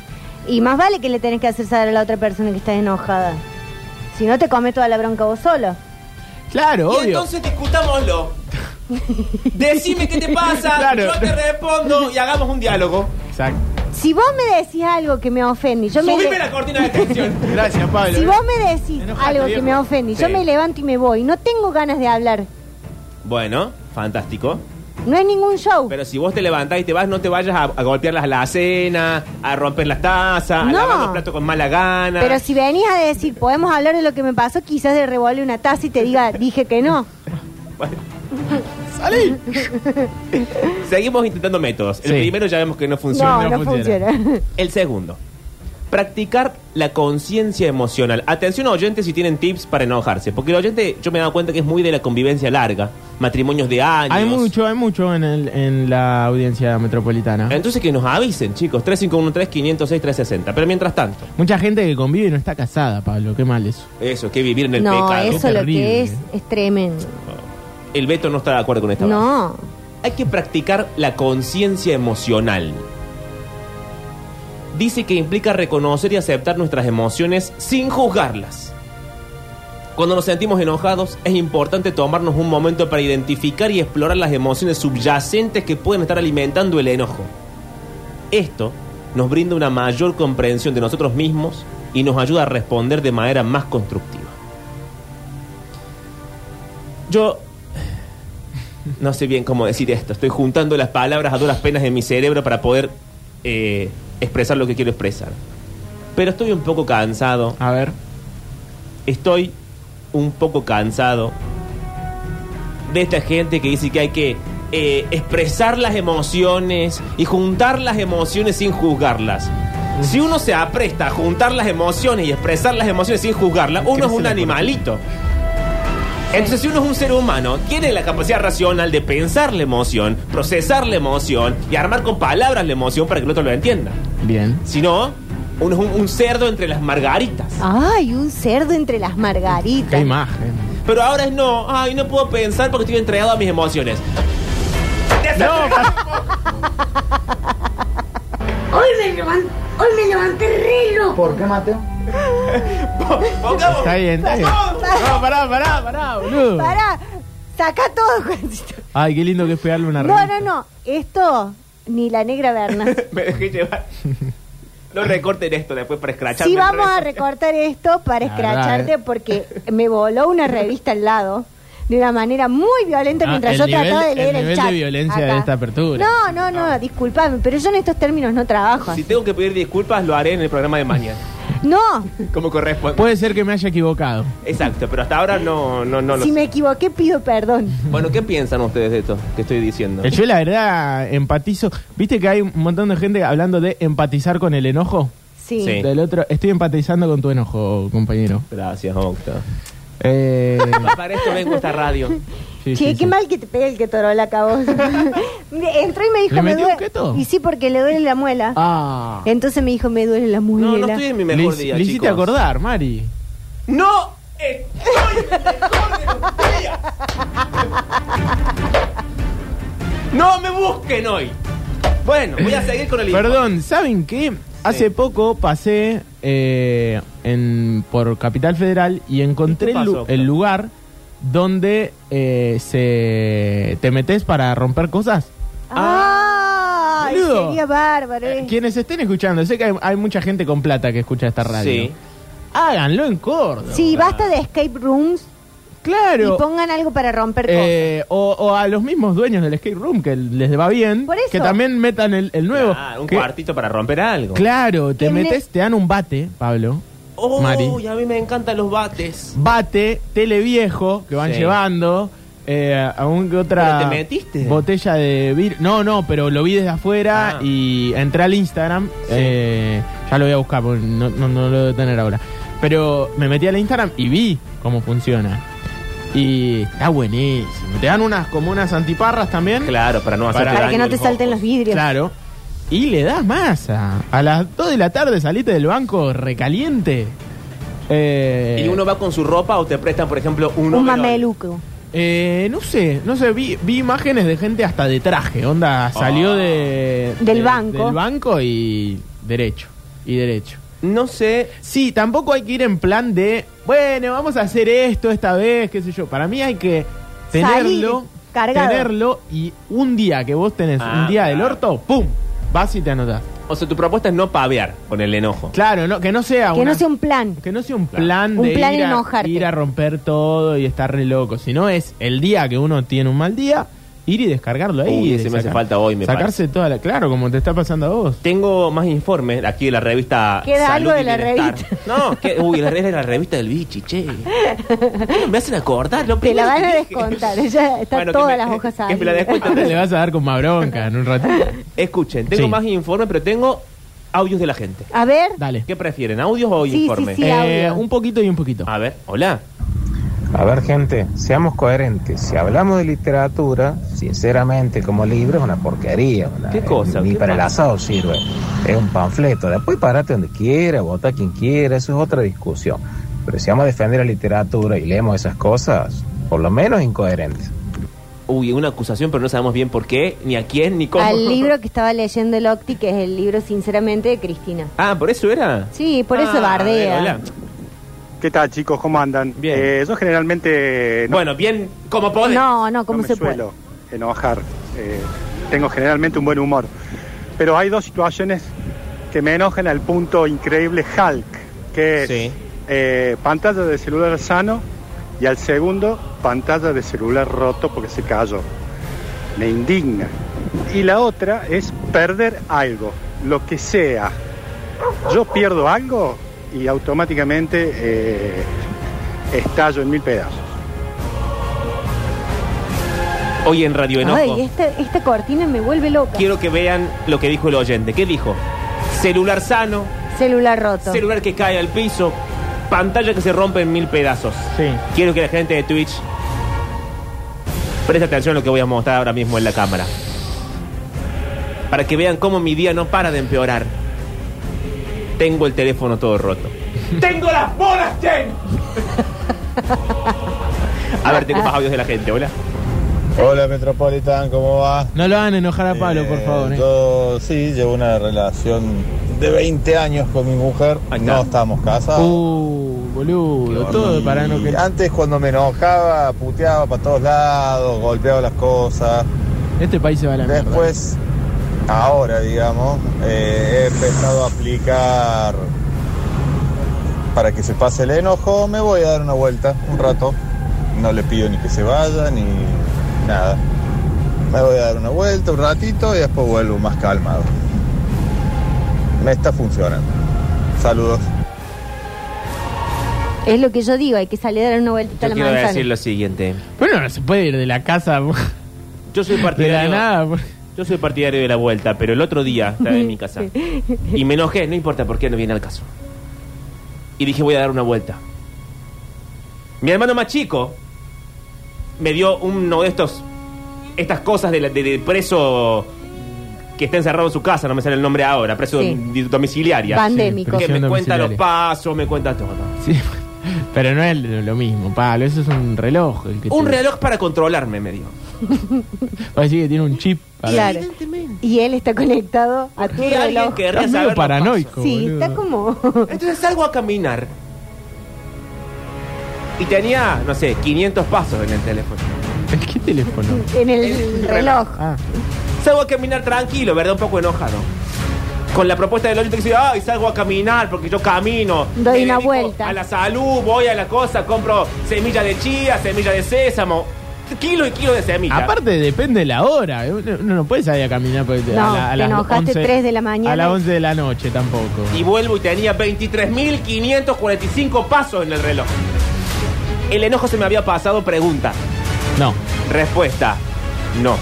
Speaker 3: Y más vale que le tenés que hacer saber a la otra persona que estás enojada. Si no, te comes toda la bronca vos solo.
Speaker 4: Claro, obvio.
Speaker 1: Y entonces discutámoslo. Decime qué te pasa,
Speaker 4: Claro.
Speaker 1: yo te respondo y hagamos un diálogo.
Speaker 4: Exacto.
Speaker 3: Si vos me decís algo que me ofende, y yo me...
Speaker 1: Subime
Speaker 3: le-
Speaker 1: la ¿eh? cortina de tensión.
Speaker 4: Gracias, Pablo.
Speaker 3: Si vos me decís
Speaker 4: Enojate,
Speaker 3: algo
Speaker 4: viejo.
Speaker 3: que me ofende, y yo
Speaker 1: Sí.
Speaker 3: me levanto y me voy, no tengo ganas de hablar.
Speaker 1: Bueno, fantástico.
Speaker 3: No es ningún show.
Speaker 1: Pero si vos te levantás y te vas, no te vayas a, a golpear las alacenas, a romper las tazas,
Speaker 3: No.
Speaker 1: a lavar los platos con mala gana.
Speaker 3: Pero si venís a decir, podemos hablar de lo que me pasó, quizás le revuelve una taza y te diga, dije que no.
Speaker 1: Bueno. ¡Salí! Seguimos intentando métodos. El
Speaker 4: Sí.
Speaker 1: primero ya vemos que no funciona.
Speaker 3: No,
Speaker 4: no
Speaker 3: no
Speaker 4: funciona.
Speaker 3: funciona.
Speaker 1: El segundo, practicar la conciencia emocional. Atención a oyentes si tienen tips para enojarse, porque el oyente yo me he dado cuenta que es muy de la convivencia larga, matrimonios de años.
Speaker 4: Hay mucho, hay mucho en, el- en la audiencia metropolitana.
Speaker 1: Entonces que nos avisen, chicos, 3513-506-360. Pero mientras tanto,
Speaker 4: Mucha gente que convive y no está casada, Pablo. Qué mal eso.
Speaker 1: eso, que vivir en el
Speaker 3: No,
Speaker 1: pecado.
Speaker 3: eso lo
Speaker 4: terrible.
Speaker 3: que es es tremendo.
Speaker 1: El Beto no está de acuerdo con esta base.
Speaker 3: No.
Speaker 1: Hay que practicar la conciencia emocional. Dice que implica reconocer y aceptar nuestras emociones sin juzgarlas. Cuando nos sentimos enojados, es importante tomarnos un momento para identificar y explorar las emociones subyacentes que pueden estar alimentando el enojo. Esto nos brinda una mayor comprensión de nosotros mismos y nos ayuda a responder de manera más constructiva. Yo no sé bien cómo decir esto. Estoy juntando las palabras a duras penas en mi cerebro para poder eh, expresar lo que quiero expresar. Pero estoy un poco cansado.
Speaker 4: A ver.
Speaker 1: Estoy un poco cansado de esta gente que dice que hay que eh, expresar las emociones y juntar las emociones sin juzgarlas. Si uno se apresta a juntar las emociones y expresar las emociones sin juzgarlas, uno es
Speaker 4: Crece
Speaker 1: un
Speaker 4: la
Speaker 1: animalito. Entonces, si uno es un ser humano, tiene la capacidad racional de pensar la emoción, procesar la emoción y armar con palabras la emoción para que el otro lo entienda.
Speaker 4: Bien.
Speaker 1: Si no, uno es un, un cerdo entre las margaritas.
Speaker 3: Ay, un cerdo entre las
Speaker 4: Qué
Speaker 3: margaritas.
Speaker 4: imagen.
Speaker 1: Pero ahora es no, ay, no puedo pensar porque estoy entregado a mis emociones.
Speaker 5: Hoy me levanté, hoy me levanté re loco.
Speaker 2: ¿Por qué, Mateo?
Speaker 1: Pongamos-
Speaker 4: Está bien, está bien. No, pará, pará, pará, boludo.
Speaker 3: Pará, saca todo, Juancito.
Speaker 4: Ay, qué lindo que es pegarle una
Speaker 3: No,
Speaker 4: revista.
Speaker 3: no, no. Esto, ni la negra Berna.
Speaker 1: Me dejé llevar. No recorten esto después para escracharme.
Speaker 3: Sí,
Speaker 1: en
Speaker 3: vamos a
Speaker 1: redes.
Speaker 3: recortar esto para
Speaker 4: La verdad,
Speaker 3: escracharte
Speaker 4: eh.
Speaker 3: porque me voló una revista al lado de una manera muy violenta
Speaker 4: Ah,
Speaker 3: mientras
Speaker 4: el
Speaker 3: yo
Speaker 4: nivel-
Speaker 3: trataba de
Speaker 4: el
Speaker 3: leer el,
Speaker 4: nivel de
Speaker 3: chat.
Speaker 4: violencia de esta apertura.
Speaker 3: No, no, no,
Speaker 1: Ah.
Speaker 3: disculpame, pero yo en estos términos no trabajo.
Speaker 1: Si tengo que pedir disculpas, lo haré en el programa de mañana.
Speaker 3: No,
Speaker 1: Como corresponde.
Speaker 5: Pues-
Speaker 4: Puede ser que me haya equivocado.
Speaker 1: Exacto, pero hasta ahora no, no, no lo
Speaker 3: si
Speaker 1: sé.
Speaker 3: me equivoqué pido perdón.
Speaker 1: Bueno, ¿qué piensan ustedes de esto que estoy diciendo?
Speaker 4: Eh, Yo la verdad empatizo. ¿Viste que hay un montón de gente hablando de empatizar con el enojo?
Speaker 3: Sí.
Speaker 1: Sí.
Speaker 4: Del otro, estoy empatizando con tu enojo, compañero.
Speaker 1: Gracias, Octa.
Speaker 4: Eh,
Speaker 1: Para esto vengo a esta radio.
Speaker 3: che,
Speaker 4: sí, sí,
Speaker 3: qué
Speaker 4: sí.
Speaker 3: mal que te pegue el que torolaca vos. Me- Entró y me dijo,
Speaker 4: ¿Le
Speaker 3: me
Speaker 4: metió un
Speaker 3: duele.
Speaker 4: keto?
Speaker 3: Y sí, porque le duele la muela.
Speaker 4: Ah.
Speaker 3: Entonces me dijo, me duele la muela.
Speaker 1: No, no estoy en mi mejor
Speaker 4: Le-
Speaker 1: día,
Speaker 4: le hiciste
Speaker 1: chicos.
Speaker 4: acordar, Mari.
Speaker 1: ¡No! eh, ¡No me busquen hoy! Bueno, voy a seguir con el informe.
Speaker 4: Perdón, ¿saben qué? Hace poco pasé eh, en, por Capital Federal y encontré
Speaker 1: ¿Y qué
Speaker 4: el lu-
Speaker 1: pasó,
Speaker 4: el,
Speaker 1: Octa?
Speaker 4: lugar donde eh, se te metes para romper cosas.
Speaker 3: Ah,
Speaker 1: Ah,
Speaker 3: Ay,
Speaker 4: Boludo.
Speaker 3: sería bárbaro. eh.
Speaker 4: Eh, Quienes estén escuchando, sé que hay, hay mucha gente con plata que escucha esta radio.
Speaker 1: Sí.
Speaker 4: Háganlo en Córdoba.
Speaker 3: Sí, basta de escape rooms
Speaker 4: Claro.
Speaker 3: y pongan algo para romper
Speaker 4: Eh, o, o a los mismos dueños del skate room que les va bien,
Speaker 3: Por eso.
Speaker 4: que también metan el, el nuevo.
Speaker 1: Ah, un
Speaker 4: Que-
Speaker 1: cuartito para romper algo.
Speaker 4: Claro, te
Speaker 3: Que me-
Speaker 4: metes, te dan un bate, Pablo.
Speaker 1: ¡Oh!
Speaker 4: Mari.
Speaker 1: A mí me encantan los bates.
Speaker 4: Bate, televiejo que van
Speaker 1: Sí.
Speaker 4: llevando. eh, a un que otra
Speaker 1: Pero te metiste.
Speaker 4: botella de vir No, no, pero lo vi desde afuera
Speaker 1: Ah.
Speaker 4: y entré al Instagram. eh, ya lo voy a buscar, porque no, no- no lo debo tener ahora. Pero me metí al Instagram y vi cómo funciona. Y está buenísimo. Te dan unas como unas antiparras también.
Speaker 1: Claro, para no hacer
Speaker 4: Para-
Speaker 3: cosas. Para que no te salten los vidrios.
Speaker 4: Claro. Y le das masa. A las 2 de la tarde saliste del banco recaliente. Eh,
Speaker 1: ¿Y uno va con su ropa o te prestan, por ejemplo, un
Speaker 3: Un
Speaker 1: overol?
Speaker 3: mameluco.
Speaker 4: eh, no sé, no sé, vi, vi imágenes de gente hasta de traje. Onda,
Speaker 1: Ah.
Speaker 4: salió de,
Speaker 3: Del
Speaker 4: de-
Speaker 3: banco.
Speaker 4: Del banco y derecho. Y derecho.
Speaker 1: No sé.
Speaker 4: Sí, tampoco hay que ir en plan de, bueno, vamos a hacer esto esta vez, qué sé yo. Para mí hay que tenerlo,
Speaker 3: Salir cargado.
Speaker 4: tenerlo y un día que vos tenés
Speaker 1: Ah,
Speaker 4: un día del
Speaker 1: claro.
Speaker 4: orto, ¡pum! Vas y te anotás.
Speaker 1: O sea, tu propuesta es no pavear con el enojo.
Speaker 4: Claro, no, que no sea
Speaker 3: Que
Speaker 4: una-
Speaker 3: no sea un plan.
Speaker 4: que no sea un plan
Speaker 3: Un
Speaker 4: de
Speaker 3: plan
Speaker 4: ir, a,
Speaker 3: enojarte.
Speaker 4: ir a romper todo y estar re loco, sino es el día que uno tiene un mal día, ir y descargarlo ahí.
Speaker 1: Uy,
Speaker 4: y
Speaker 1: ese me hace
Speaker 4: sacar-
Speaker 1: falta hoy, me
Speaker 4: Sacarse toda la... Claro, como te está pasando a vos.
Speaker 1: Tengo más informes aquí de la revista.
Speaker 3: Queda
Speaker 1: Salud
Speaker 3: algo
Speaker 1: y
Speaker 3: de la
Speaker 1: Bienestar.
Speaker 3: revista.
Speaker 1: No, que, uy, la, era la revista del bichi, che. Me hacen acordar, lo
Speaker 3: Te la
Speaker 1: primero
Speaker 3: van
Speaker 1: que
Speaker 3: a
Speaker 1: dije.
Speaker 3: descontar. Ya están
Speaker 1: Bueno, que
Speaker 3: todas
Speaker 1: me-
Speaker 3: las hojas
Speaker 1: que me la
Speaker 3: ahí.
Speaker 1: descuenten.
Speaker 4: Ahora le vas a dar con más bronca en un ratito.
Speaker 1: Escuchen, tengo
Speaker 4: Sí.
Speaker 1: más informes, pero tengo audios de la gente.
Speaker 3: A ver.
Speaker 4: Dale.
Speaker 1: ¿Qué prefieren, audios o
Speaker 3: Sí, sí,
Speaker 1: informes?
Speaker 3: sí.
Speaker 4: Eh,
Speaker 3: audio.
Speaker 4: un poquito y un poquito.
Speaker 1: A ver, hola.
Speaker 6: A ver, gente, seamos coherentes. Si hablamos de literatura, sinceramente, como libro es una porquería. una-
Speaker 1: ¿Qué cosa?
Speaker 6: Ni
Speaker 1: ¿Qué
Speaker 6: para el
Speaker 1: pasa?
Speaker 6: asado sirve. Es un panfleto. Después parate donde quiera, vota quien quiera, eso es otra discusión. Pero si vamos a defender la literatura y leemos esas cosas, por lo menos incoherentes.
Speaker 1: Uy, una acusación, pero no sabemos bien por qué, ni a quién, ni cómo.
Speaker 3: Al libro que estaba leyendo el Octi, que es el libro, sinceramente, de Cristina.
Speaker 1: Ah, ¿por eso era?
Speaker 3: Sí, por eso
Speaker 1: Ah,
Speaker 3: bardea.
Speaker 1: a ver, hola.
Speaker 7: ¿Qué tal chicos? ¿Cómo andan?
Speaker 1: Bien.
Speaker 7: Eh, yo generalmente no,
Speaker 1: Bueno, bien, como podés.
Speaker 3: No, no, ¿cómo
Speaker 7: no me
Speaker 3: se
Speaker 7: suelo enojar. Eh, tengo generalmente un buen humor. Pero hay dos situaciones que me enojan al punto increíble Hulk, que es
Speaker 1: Sí.
Speaker 7: eh, pantalla de celular sano y al segundo pantalla de celular roto porque se cayó. Me indigna. Y la otra es perder algo, lo que sea. Yo pierdo algo y automáticamente eh, estallo en mil pedazos.
Speaker 1: Hoy en Radio
Speaker 3: puede?
Speaker 1: Enojo.
Speaker 3: Ay, esta, esta cortina me vuelve loca.
Speaker 1: Quiero que vean lo que dijo el oyente. ¿Qué dijo? Celular sano,
Speaker 3: Celular roto.
Speaker 1: celular que cae al piso, pantalla que se rompe en mil pedazos.
Speaker 4: Sí.
Speaker 1: Quiero que la gente de Twitch preste atención a lo que voy a mostrar ahora mismo en la cámara. Para que vean cómo mi día no para de empeorar. Tengo el teléfono todo roto. ¡Tengo las bolas, Chen! a ver, tengo más audios de la gente, hola.
Speaker 8: Hola Metropolitan, ¿cómo va?
Speaker 4: No lo hagan enojar a Pablo, por
Speaker 8: Eh,
Speaker 4: favor. eh.
Speaker 8: Yo sí, llevo una relación de 20 años con mi mujer.
Speaker 1: Ahí está.
Speaker 8: No estamos casados.
Speaker 4: Uh, boludo, todo para no que...
Speaker 8: Y Antes cuando me enojaba, puteaba para todos lados, golpeaba las cosas.
Speaker 4: Este país se va a la mierda.
Speaker 8: Después, ahora digamos, eh, he empezado a aplicar para que se pase el enojo, me voy a dar una vuelta un rato. No le pido ni que se vaya ni nada. Me voy a dar una vuelta un ratito y después vuelvo más calmado. Me está funcionando. Saludos.
Speaker 3: Es lo que yo digo, hay que salir a dar una
Speaker 1: Yo
Speaker 3: vueltita a la
Speaker 1: quiero
Speaker 3: manzana.
Speaker 1: decir lo siguiente.
Speaker 4: Bueno, no se puede ir de la casa
Speaker 1: Yo soy
Speaker 4: de
Speaker 1: partidario.
Speaker 4: la nada. por-
Speaker 1: Yo soy partidario de la vuelta, pero el otro día estaba en mi casa y me enojé, no importa por qué, no viene al caso. Y dije, voy a dar una vuelta. Mi hermano más chico me dio uno de estos. Estas cosas de, la- de- de preso que está encerrado en su casa, no me sale el nombre ahora, preso
Speaker 3: Sí.
Speaker 1: dom- domiciliaria.
Speaker 3: Pandémico.
Speaker 1: Que me
Speaker 4: Prisión
Speaker 1: cuenta los
Speaker 4: domiciliaria.
Speaker 1: pasos, me cuenta todo.
Speaker 4: Sí, pero no es lo mismo, Pablo. Eso es un reloj. el que
Speaker 1: Un
Speaker 4: te-
Speaker 1: reloj para controlarme, me dio.
Speaker 4: Va a decir que tiene un chip. para-
Speaker 3: Claro. Y él está conectado a tu
Speaker 1: Y alguien
Speaker 3: reloj.
Speaker 1: querría saber
Speaker 4: Estás medio
Speaker 1: los
Speaker 4: paranoico.
Speaker 3: Sí,
Speaker 4: boludo.
Speaker 3: está como.
Speaker 1: pasos. Entonces salgo a caminar. Y tenía, no sé, 500 pasos en el teléfono.
Speaker 4: ¿Qué teléfono?
Speaker 3: en el reloj.
Speaker 4: Ah,
Speaker 1: Salgo a caminar tranquilo, ¿verdad? Un poco enojado. Con la propuesta del Lolito que dice, ay, salgo a caminar porque yo camino.
Speaker 3: Doy
Speaker 1: me
Speaker 3: una
Speaker 1: dedico
Speaker 3: vuelta".
Speaker 1: A la salud, voy a la cosa, compro semilla de chía, semilla de sésamo. Kilo y kilo de semilla.
Speaker 4: Ah, Aparte, depende de la hora. Uno uno no puede salir a caminar porque
Speaker 3: No, te enojaste tres de la mañana.
Speaker 4: A las 11 de la noche tampoco.
Speaker 1: Y vuelvo y tenía 23.545 pasos en el reloj. El enojo se me había pasado, pregunta.
Speaker 4: No,
Speaker 1: Respuesta, no.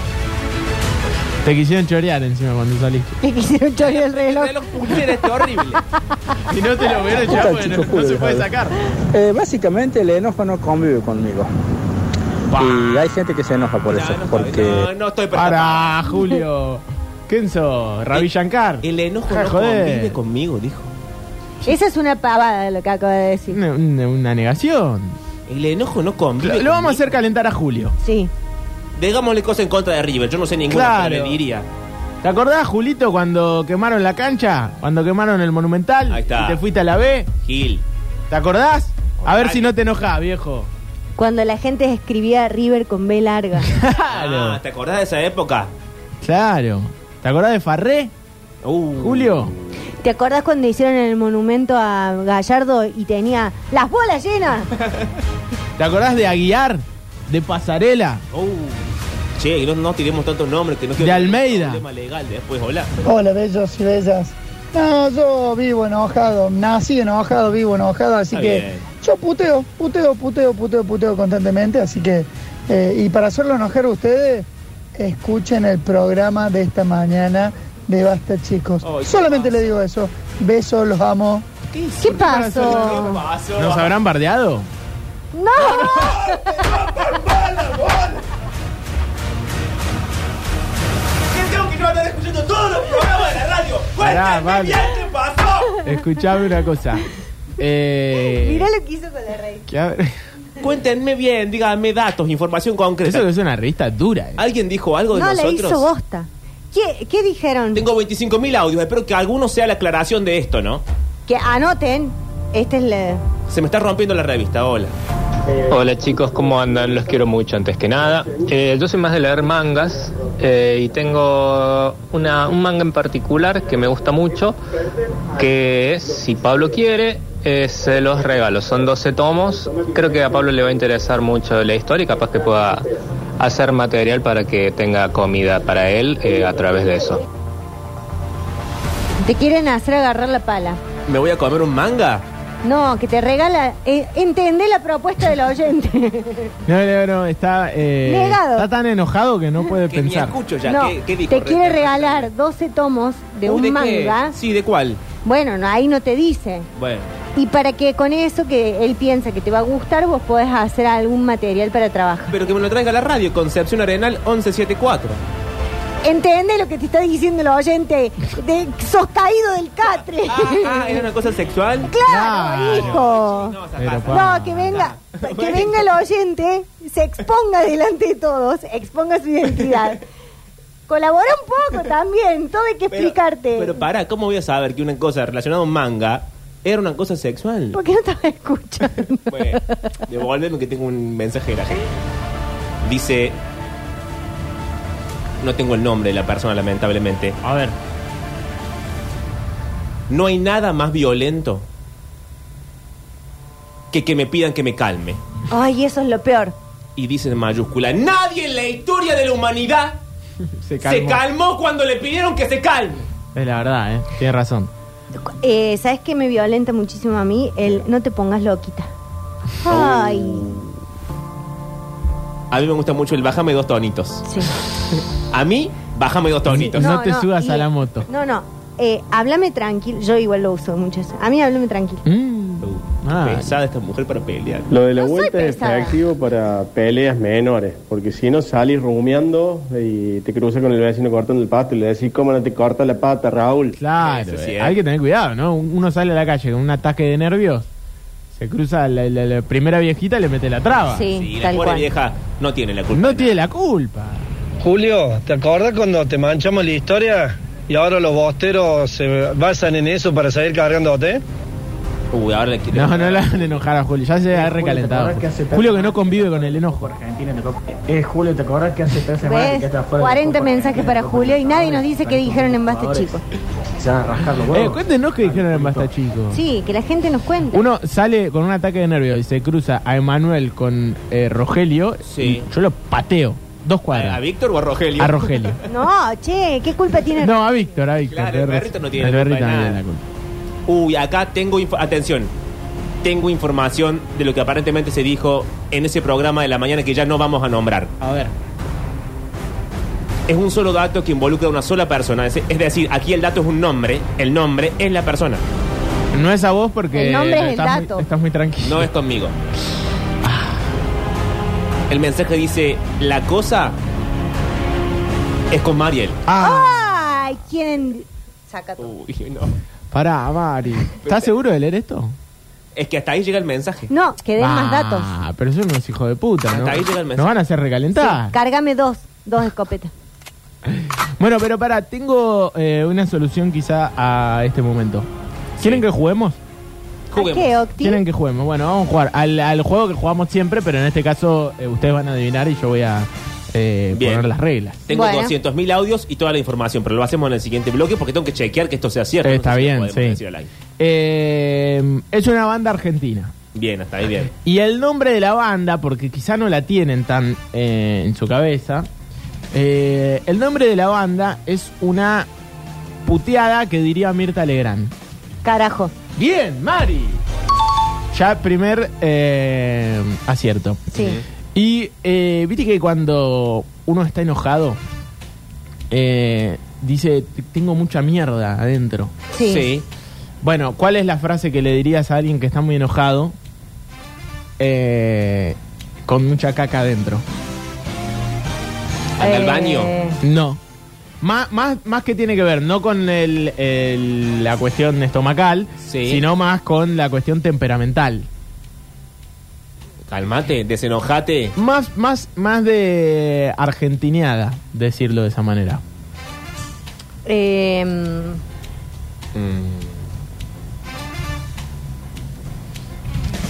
Speaker 4: te quisieron chorear encima cuando saliste.
Speaker 3: Le quisieron chorear el
Speaker 1: El
Speaker 3: reloj.
Speaker 1: reloj pugnera este horrible.
Speaker 4: Y no te lo vieron
Speaker 9: Puta,
Speaker 4: ya, porque no,
Speaker 9: chico,
Speaker 4: no
Speaker 9: joder,
Speaker 4: se puede
Speaker 9: joder.
Speaker 4: sacar.
Speaker 9: Eh, básicamente el enojo no convive conmigo. Y hay gente que se enoja por eso,
Speaker 1: No, no,
Speaker 9: porque
Speaker 1: no, no estoy preparado.
Speaker 4: Para, Julio. ¿Quién sos? Ravi Shankar.
Speaker 1: El enojo
Speaker 4: Ah,
Speaker 1: no
Speaker 4: joder.
Speaker 1: convive conmigo, dijo.
Speaker 3: Esa es una pavada lo que acaba de decir.
Speaker 4: Una, una- una negación.
Speaker 1: El enojo no convive.
Speaker 4: Lo, lo vamos a
Speaker 1: conmigo.
Speaker 4: hacer calentar a Julio.
Speaker 3: Sí.
Speaker 1: Digámosle cosas en contra de River. Yo no sé ninguna,
Speaker 4: Claro.
Speaker 1: pero le diría.
Speaker 4: ¿Te acordás, Julito, cuando quemaron la cancha? Cuando quemaron el Monumental.
Speaker 1: Ahí está.
Speaker 4: Y te fuiste a la B.
Speaker 1: Gil.
Speaker 4: ¿Te acordás? A ver
Speaker 1: Ay.
Speaker 4: si no te enojás, viejo.
Speaker 3: Cuando la gente escribía River con B larga.
Speaker 1: Ah, ¿te acordás de esa época?
Speaker 4: Claro. ¿Te acordás de Farré,
Speaker 1: Uh.
Speaker 4: Julio?
Speaker 3: ¿Te acordás cuando hicieron el monumento a Gallardo y tenía las bolas llenas?
Speaker 4: ¿Te acordás de Aguiar? ¿De Pasarela?
Speaker 1: Uh. Che, no, no tiremos tantos nombres que no quiero.
Speaker 4: De Almeida.
Speaker 1: Tema legal después, hola.
Speaker 10: Hola, bellos y bellas. No, yo vivo enojado, nací enojado, vivo enojado, así
Speaker 1: Está
Speaker 10: que
Speaker 1: bien.
Speaker 10: yo puteo, puteo, puteo, puteo, puteo constantemente, así que, eh, y para hacerlo enojar a ustedes, escuchen el programa de esta mañana de Basta Chicos.
Speaker 1: Ay, qué
Speaker 10: Solamente
Speaker 1: pasa.
Speaker 10: le digo eso, besos, los amo.
Speaker 3: ¿Qué
Speaker 1: ¿Qué
Speaker 3: pasó?
Speaker 1: pasó?
Speaker 4: ¿Nos habrán bardeado?
Speaker 3: ¡No!
Speaker 1: Tengo que no andar escuchando todos los programas de la radio.
Speaker 4: Pará,
Speaker 1: Cuéntame
Speaker 4: vale.
Speaker 1: bien qué pasó.
Speaker 4: Escuchame una cosa. Eh,
Speaker 3: Mirá lo que hizo con la rey.
Speaker 4: que a ver-
Speaker 1: Cuéntenme bien, díganme datos, información concreta.
Speaker 4: Eso que es una revista dura. eh.
Speaker 3: Ah.
Speaker 1: ¿Alguien dijo algo de
Speaker 3: No, la
Speaker 1: nosotros?
Speaker 3: hizo bosta. ¿Qué, qué dijeron?
Speaker 1: Tengo 25.000 audios, espero que alguno sea la aclaración de esto, ¿no?
Speaker 3: Que anoten. Este es la...
Speaker 1: Se me está rompiendo la revista, hola.
Speaker 11: Hola chicos, ¿cómo andan? Los quiero mucho antes que nada. Eh, yo soy más de leer mangas eh, y tengo una- un manga en particular que me gusta mucho, que es, si Pablo quiere, es eh, Los Regalos. Son 12 tomos. Creo que a Pablo le va a interesar mucho la historia y capaz que pueda hacer material para que tenga comida para él eh, a través de eso.
Speaker 3: Te quieren hacer agarrar la pala.
Speaker 1: ¿Me voy a comer un manga?
Speaker 3: No, que te regala... eh, entendé la propuesta del oyente.
Speaker 4: No, no, no, está, eh,
Speaker 3: Negado.
Speaker 4: está tan enojado que no puede
Speaker 1: Que ni
Speaker 4: pensar.
Speaker 1: escucho ya.
Speaker 3: no,
Speaker 1: ¿Qué, qué dijo?
Speaker 3: te quiere regalar 12 tomos de
Speaker 1: ¿Uy,
Speaker 3: un
Speaker 1: qué?
Speaker 3: manga.
Speaker 1: Sí, ¿de cuál?
Speaker 3: Bueno, no, ahí no te dice.
Speaker 1: Bueno.
Speaker 3: Y para que con eso que él piensa que te va a gustar, vos podés hacer algún material para trabajar.
Speaker 1: Pero que me lo traiga la radio, Concepción Arenal 1174.
Speaker 3: Entiende lo que te está diciendo el oyente. De, sos caído del catre.
Speaker 1: Ah, ah, ¿era una cosa sexual?
Speaker 3: claro,
Speaker 4: Claro.
Speaker 3: hijo.
Speaker 1: No, sacá,
Speaker 4: Pero,
Speaker 1: sacá.
Speaker 4: pa.
Speaker 3: No, que venga,
Speaker 1: Bueno.
Speaker 3: que venga el oyente, se exponga delante de todos, exponga su identidad. Colabora un poco también, todo hay que
Speaker 1: Pero-
Speaker 3: explicarte.
Speaker 1: Pero pará, ¿cómo voy a saber que una cosa relacionada a un manga era una cosa sexual?
Speaker 3: ¿Por qué no estaba escuchando?
Speaker 1: Bueno, devolveme que tengo un mensaje de la gente. Dice. No tengo el nombre de la persona, lamentablemente.
Speaker 4: A ver.
Speaker 1: No hay nada más violento que que me pidan que me calme.
Speaker 3: Ay, eso es lo peor.
Speaker 1: Y dice en mayúscula: Nadie en la historia de la humanidad
Speaker 4: Se
Speaker 1: se calmó cuando le pidieron que se calme.
Speaker 4: Es la verdad, ¿eh? Tienes razón.
Speaker 3: Eh, ¿Sabes qué me violenta muchísimo a mí? El no te pongas loquita. Ay,
Speaker 12: Oh.
Speaker 1: A mí me gusta mucho el bájame dos tonitos.
Speaker 3: sí.
Speaker 1: A mí, bájame dos tonitos.
Speaker 4: No te subas a la moto.
Speaker 3: No, no. Eh, háblame tranquilo. Yo igual lo uso mucho. eso. A mí háblame tranquilo.
Speaker 4: Mm,
Speaker 1: Ah. Pesada esta mujer para pelear.
Speaker 13: Lo de la
Speaker 1: No soy
Speaker 13: vuelta es
Speaker 1: pesada.
Speaker 13: efectivo para peleas menores, porque si no salís rumiando y te cruzas con el vecino cortando el pasto y le decís, ¿cómo no te corta la pata, Raúl?
Speaker 4: Claro,
Speaker 13: Eso sí,
Speaker 4: eh,
Speaker 13: eh.
Speaker 4: hay que tener cuidado, ¿no? Uno sale a la calle con un ataque de nervios, se cruza la, la- la primera viejita y le mete Ah, la traba.
Speaker 1: Sí, la pobre vieja no tiene la culpa.
Speaker 4: No tiene la culpa.
Speaker 14: Julio, ¿te acordás cuando te manchamos la historia y ahora los bosteros se basan en eso para salir cargándote?
Speaker 1: Uy, ahora le quiero.
Speaker 4: No, no la van a enojar a Julio, ya se ha recalentado.
Speaker 12: ¿te acordás que hace
Speaker 4: Julio que no convive con el enojo.
Speaker 12: Argentina te tocó. Eh, Julio, ¿te acordás que hace tres semanas que
Speaker 3: ¿Ves?
Speaker 12: estás fuera?
Speaker 3: 40 mensajes para Julio y nadie nos dice qué dijeron en Basta Chico.
Speaker 12: Ya, rascar los
Speaker 4: Eh,
Speaker 12: huevos.
Speaker 4: cuéntenos qué dijeron en Basta Chico.
Speaker 3: Sí, que la gente nos cuente.
Speaker 4: Uno sale con un ataque de nervios y se cruza a Emanuel con eh, Rogelio.
Speaker 1: Sí.
Speaker 4: y Yo lo pateo. Dos cuadras.
Speaker 1: ¿A Víctor o a Rogelio?
Speaker 4: A Rogelio.
Speaker 3: No, che, ¿qué culpa tiene?
Speaker 4: No, a Víctor, a Víctor.
Speaker 1: Claro, el
Speaker 4: Tenés
Speaker 1: perrito
Speaker 4: razón.
Speaker 1: no tiene
Speaker 4: El
Speaker 1: la culpa
Speaker 4: perrito
Speaker 1: de
Speaker 4: no
Speaker 1: nada.
Speaker 4: tiene la culpa.
Speaker 1: Uy, acá tengo. inf- Atención. Tengo información de lo que aparentemente se dijo en ese programa de la mañana que ya no vamos a nombrar.
Speaker 4: A ver.
Speaker 1: Es un solo dato que involucra a una sola persona. Es es decir, aquí el dato es un nombre. El nombre es la persona.
Speaker 4: No es a vos porque
Speaker 1: El nombre es el
Speaker 4: estás,
Speaker 1: dato.
Speaker 4: Muy, estás muy tranquilo.
Speaker 1: No es conmigo. El mensaje dice, la cosa es con Mariel.
Speaker 4: Ah,
Speaker 3: Ah. Ay, ¿quién? Saca todo.
Speaker 1: Uy, no.
Speaker 4: Pará, Mari. ¿Estás seguro de leer esto?
Speaker 1: Es que hasta ahí llega el mensaje.
Speaker 3: No, que den más
Speaker 4: Ah,
Speaker 3: datos.
Speaker 4: pero son unos hijos de puta, ¿no?
Speaker 1: Hasta ahí llega el mensaje.
Speaker 4: Nos van a hacer recalentar.
Speaker 3: Cárgame dos, dos escopetas.
Speaker 4: Bueno, pero pará, tengo eh, una solución quizá a este momento. ¿Quieren que juguemos?
Speaker 3: Juguemos. ¿A qué, Octi?
Speaker 4: Quieren que juguemos. Bueno, vamos a jugar al, al juego que jugamos siempre, pero en este caso eh, ustedes van a adivinar y yo voy a eh,
Speaker 1: Bien.
Speaker 4: poner las reglas.
Speaker 1: Tengo
Speaker 4: Bueno.
Speaker 1: 200.000 audios y toda la información, pero lo hacemos en el siguiente bloque porque tengo que chequear que esto sea cierto.
Speaker 4: Está
Speaker 1: No sé si
Speaker 4: bien,
Speaker 1: lo podemos
Speaker 4: sí.
Speaker 1: decir al aire.
Speaker 4: Eh, es una banda argentina.
Speaker 1: Bien, hasta ahí bien.
Speaker 4: Y el nombre de la banda, porque quizá no la tienen tan eh, en su cabeza, eh, el nombre de la banda es una puteada que diría Mirta Legrand.
Speaker 3: Carajo.
Speaker 4: Bien, Mari. Ya primer eh, acierto.
Speaker 3: Sí.
Speaker 4: Y eh, viste que cuando uno está enojado, eh, dice, tengo mucha mierda adentro.
Speaker 1: Sí. Sí.
Speaker 4: Bueno, ¿cuál es la frase que le dirías a alguien que está muy enojado eh, con mucha caca adentro?
Speaker 3: Eh.
Speaker 1: Anda al baño.
Speaker 4: No. Más, más, más que tiene que ver, no con el- el- la cuestión estomacal, sino más con la cuestión temperamental.
Speaker 1: Calmate, desenojate.
Speaker 4: Más, más, más de argentineada, decirlo de esa manera.
Speaker 3: Eh,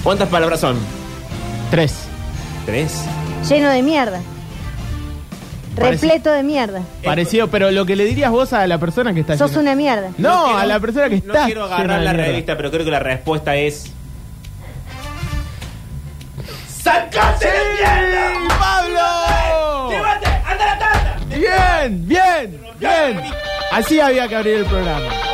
Speaker 1: ¿Cuántas palabras son?
Speaker 4: Tres.
Speaker 1: ¿Tres?
Speaker 3: lleno de mierda.
Speaker 4: Parece-
Speaker 3: Repleto de mierda.
Speaker 4: Parecido, pero lo que le dirías vos a la persona que está
Speaker 3: Sos
Speaker 4: llena-
Speaker 3: una mierda.
Speaker 4: No, a la persona que
Speaker 1: No
Speaker 4: está
Speaker 1: quiero
Speaker 4: llena
Speaker 1: agarrar
Speaker 4: de
Speaker 1: la
Speaker 4: mierda.
Speaker 1: revista, pero creo que la respuesta es. ¡Sacate de mierda!
Speaker 4: ¡Pablo!
Speaker 1: ¡Llévate! ¡Anda a la tanda!
Speaker 4: Bien, bien, bien. Así había que abrir el programa.